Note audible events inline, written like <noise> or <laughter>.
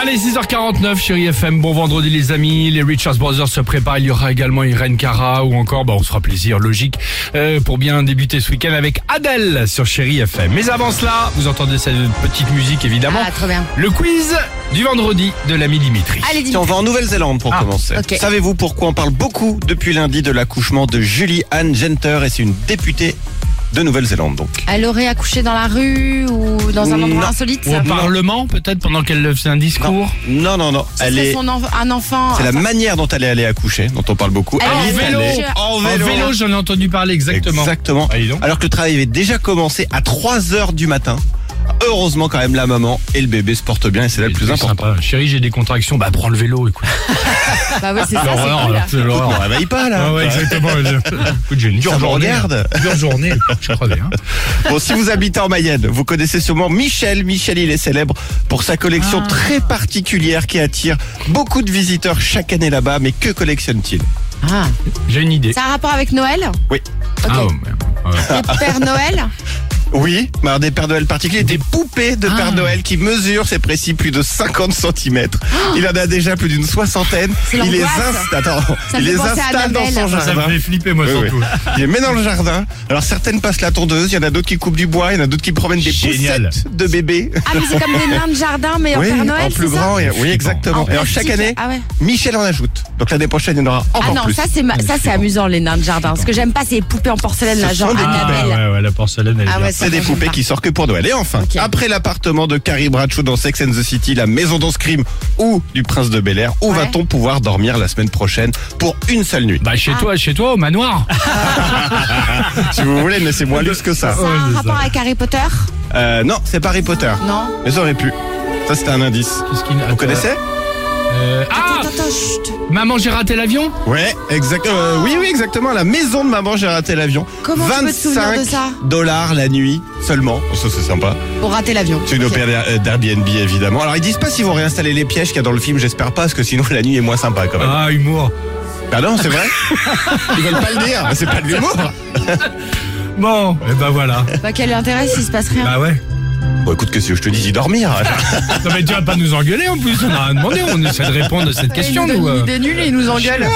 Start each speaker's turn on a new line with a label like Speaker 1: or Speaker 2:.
Speaker 1: Allez, 6h49, chérie FM. Bon vendredi, les amis. Les Richards Brothers se préparent. Il y aura également Irene Cara ou encore, bah, on se fera plaisir, logique, euh, pour bien débuter ce week-end avec Adèle sur chérie FM. Mais avant cela, vous entendez cette petite musique, évidemment.
Speaker 2: Ah, trop bien.
Speaker 1: Le quiz du vendredi de l'ami Dimitri.
Speaker 2: Allez,
Speaker 3: Tiens, on
Speaker 2: Dimitri.
Speaker 3: va en Nouvelle-Zélande pour
Speaker 1: Ah,
Speaker 3: commencer.
Speaker 2: ok.
Speaker 3: Savez-vous pourquoi on parle beaucoup depuis lundi de l'accouchement de Julie Ann Genter et c'est une députée de Nouvelle-Zélande donc.
Speaker 2: Elle aurait accouché dans la rue ou dans un endroit
Speaker 3: Non.
Speaker 2: insolite
Speaker 1: Ou au
Speaker 2: ça
Speaker 1: Parlement, peut-être, pendant qu'elle faisait un
Speaker 3: Non,
Speaker 1: discours.
Speaker 3: non, non, non.
Speaker 2: Ce
Speaker 3: Elle
Speaker 2: serait
Speaker 3: est.
Speaker 2: son enf- un enfant. Ah,
Speaker 3: C'est la
Speaker 2: enfin,
Speaker 3: manière dont elle est allée accoucher, dont on parle beaucoup.
Speaker 2: Elle
Speaker 3: Elle
Speaker 2: est
Speaker 3: est
Speaker 2: vélo.
Speaker 3: allée En
Speaker 1: En
Speaker 3: vélo.
Speaker 1: vélo, j'en ai entendu parler, exactement.
Speaker 3: Exactement.
Speaker 1: Ah, dis donc.
Speaker 3: Alors que le travail avait déjà commencé à 3 heures du matin. Heureusement quand même la maman et le bébé se portent bien et c'est là le plus
Speaker 1: C'est
Speaker 3: important.
Speaker 1: sympa. Chérie, j'ai des contractions. Bah, prends le vélo, écoute.
Speaker 2: Bah
Speaker 3: <laughs>
Speaker 2: ouais, c'est ça, c'est
Speaker 1: L'horreur,
Speaker 2: cool, là.
Speaker 1: c'est l'horreur.
Speaker 3: On réveille pas là.
Speaker 1: Ah ouais, exactement. Je- Écoute, j'ai une dure
Speaker 3: Ça me
Speaker 1: journée.
Speaker 3: regarde.
Speaker 1: hein. Dure journée, je crois bien.
Speaker 3: Bon, si vous habitez en Mayenne, vous connaissez sûrement Michel. Michel, il est célèbre pour sa collection
Speaker 2: Ah.
Speaker 3: très particulière qui attire beaucoup de visiteurs chaque année là-bas. Mais que collectionne-t-il
Speaker 2: Ah.
Speaker 1: J'ai une idée.
Speaker 2: C'est un rapport avec Noël
Speaker 3: Oui.
Speaker 2: Ok.
Speaker 1: Ah, ouais, ouais.
Speaker 3: Ah.
Speaker 2: Le Père Noël
Speaker 3: Oui, mais alors des Pères Noël particuliers, des poupées de
Speaker 2: Ah.
Speaker 3: Père Noël qui mesurent, c'est précis, plus de 50 cm. Il en a déjà plus d'une soixantaine.
Speaker 2: C'est
Speaker 3: Il les,
Speaker 2: l'angoisse.
Speaker 3: insta- Attends,
Speaker 2: Ça
Speaker 3: il
Speaker 2: fait
Speaker 3: les
Speaker 2: penser à
Speaker 3: installe dans son
Speaker 2: Annabelle.
Speaker 1: Ça
Speaker 3: jardin.
Speaker 1: me fait flipper, moi,
Speaker 3: Oui,
Speaker 1: surtout.
Speaker 3: Il les met dans le jardin. Alors certaines passent la tondeuse, il y en a d'autres qui coupent du bois, il y en a d'autres qui promènent des
Speaker 1: Génial.
Speaker 3: poussettes de bébés.
Speaker 2: Ah, mais c'est comme des nains de jardin, mais en
Speaker 3: oui,
Speaker 2: Père Noël,
Speaker 3: en plus
Speaker 2: c'est ça
Speaker 3: grand. et- Oui,
Speaker 1: Flippant.
Speaker 3: exactement.
Speaker 2: En
Speaker 3: Et alors chaque
Speaker 2: plastique.
Speaker 3: année,
Speaker 2: Ah ouais.
Speaker 3: Michel en ajoute. Donc l'année prochaine, il y en aura encore
Speaker 2: Ah non,
Speaker 3: plus.
Speaker 2: ça c'est ma- ça c'est amusant les nains de jardin. Ce que j'aime pas, c'est les poupées en porcelaine, là,
Speaker 3: Ce
Speaker 2: genre
Speaker 3: sont des
Speaker 1: Ah,
Speaker 2: Annabelle.
Speaker 1: ouais, ouais, la porcelaine, elle est
Speaker 2: Ah
Speaker 1: bien.
Speaker 2: ouais,
Speaker 3: C'est des
Speaker 2: ça, j'aime
Speaker 3: poupées
Speaker 2: pas.
Speaker 3: qui sortent que pour Noël. Et enfin,
Speaker 2: Ok.
Speaker 3: après l'appartement de Carrie Bradshaw dans Sex and the City, la maison dans Scream ou du Prince de Bel Air, où
Speaker 2: Ouais.
Speaker 3: va-t-on pouvoir dormir la semaine prochaine pour une seule nuit
Speaker 1: Bah,
Speaker 2: Ah.
Speaker 1: chez toi, chez toi, au manoir.
Speaker 3: Si vous voulez, mais
Speaker 2: <laughs>
Speaker 3: c'est moins luxe que ça.
Speaker 2: Ça a
Speaker 1: Ouais,
Speaker 2: un
Speaker 1: c'est
Speaker 2: rapport
Speaker 1: ça.
Speaker 2: avec Harry Potter
Speaker 3: Euh, non, c'est pas Harry Potter.
Speaker 2: Non
Speaker 3: Mais ça aurait pu. Ça, c'était un indice.
Speaker 1: Qu'est-ce qu'il-
Speaker 3: Vous
Speaker 1: Attends.
Speaker 3: connaissez
Speaker 1: Euh, Ah
Speaker 2: Attends, attends, chut.
Speaker 1: Maman, j'ai raté l'avion
Speaker 3: Ouais, exactement. oui, oui, exactement. La maison de maman, j'ai raté l'avion.
Speaker 2: Comment tu peux te souvenir de
Speaker 3: 25
Speaker 2: ça
Speaker 3: dollars la nuit seulement. Ça, c'est sympa.
Speaker 2: Pour rater l'avion.
Speaker 3: C'est une
Speaker 2: Ok.
Speaker 3: opéra euh, d'Airbnb, évidemment. Alors, ils disent pas s'ils vont réinstaller les pièges qu'il y a dans le film, j'espère pas, parce que sinon, la nuit est moins sympa quand même.
Speaker 1: Ah, humour.
Speaker 3: Ah non, c'est vrai <laughs> Ils veulent pas le dire, c'est pas de l'humour
Speaker 1: Bon, et bah voilà.
Speaker 2: Bah quel intérêt s'il se passe rien
Speaker 1: Bah ouais.
Speaker 3: Bon écoute, que si je te dis d'y dormir
Speaker 1: Non mais tu vas pas nous engueuler en plus, on a rien demandé, on essaie de répondre à cette
Speaker 2: Il
Speaker 1: question
Speaker 2: nous donne
Speaker 1: nous.
Speaker 2: une
Speaker 1: euh.
Speaker 2: idée nulle et il nous engueule.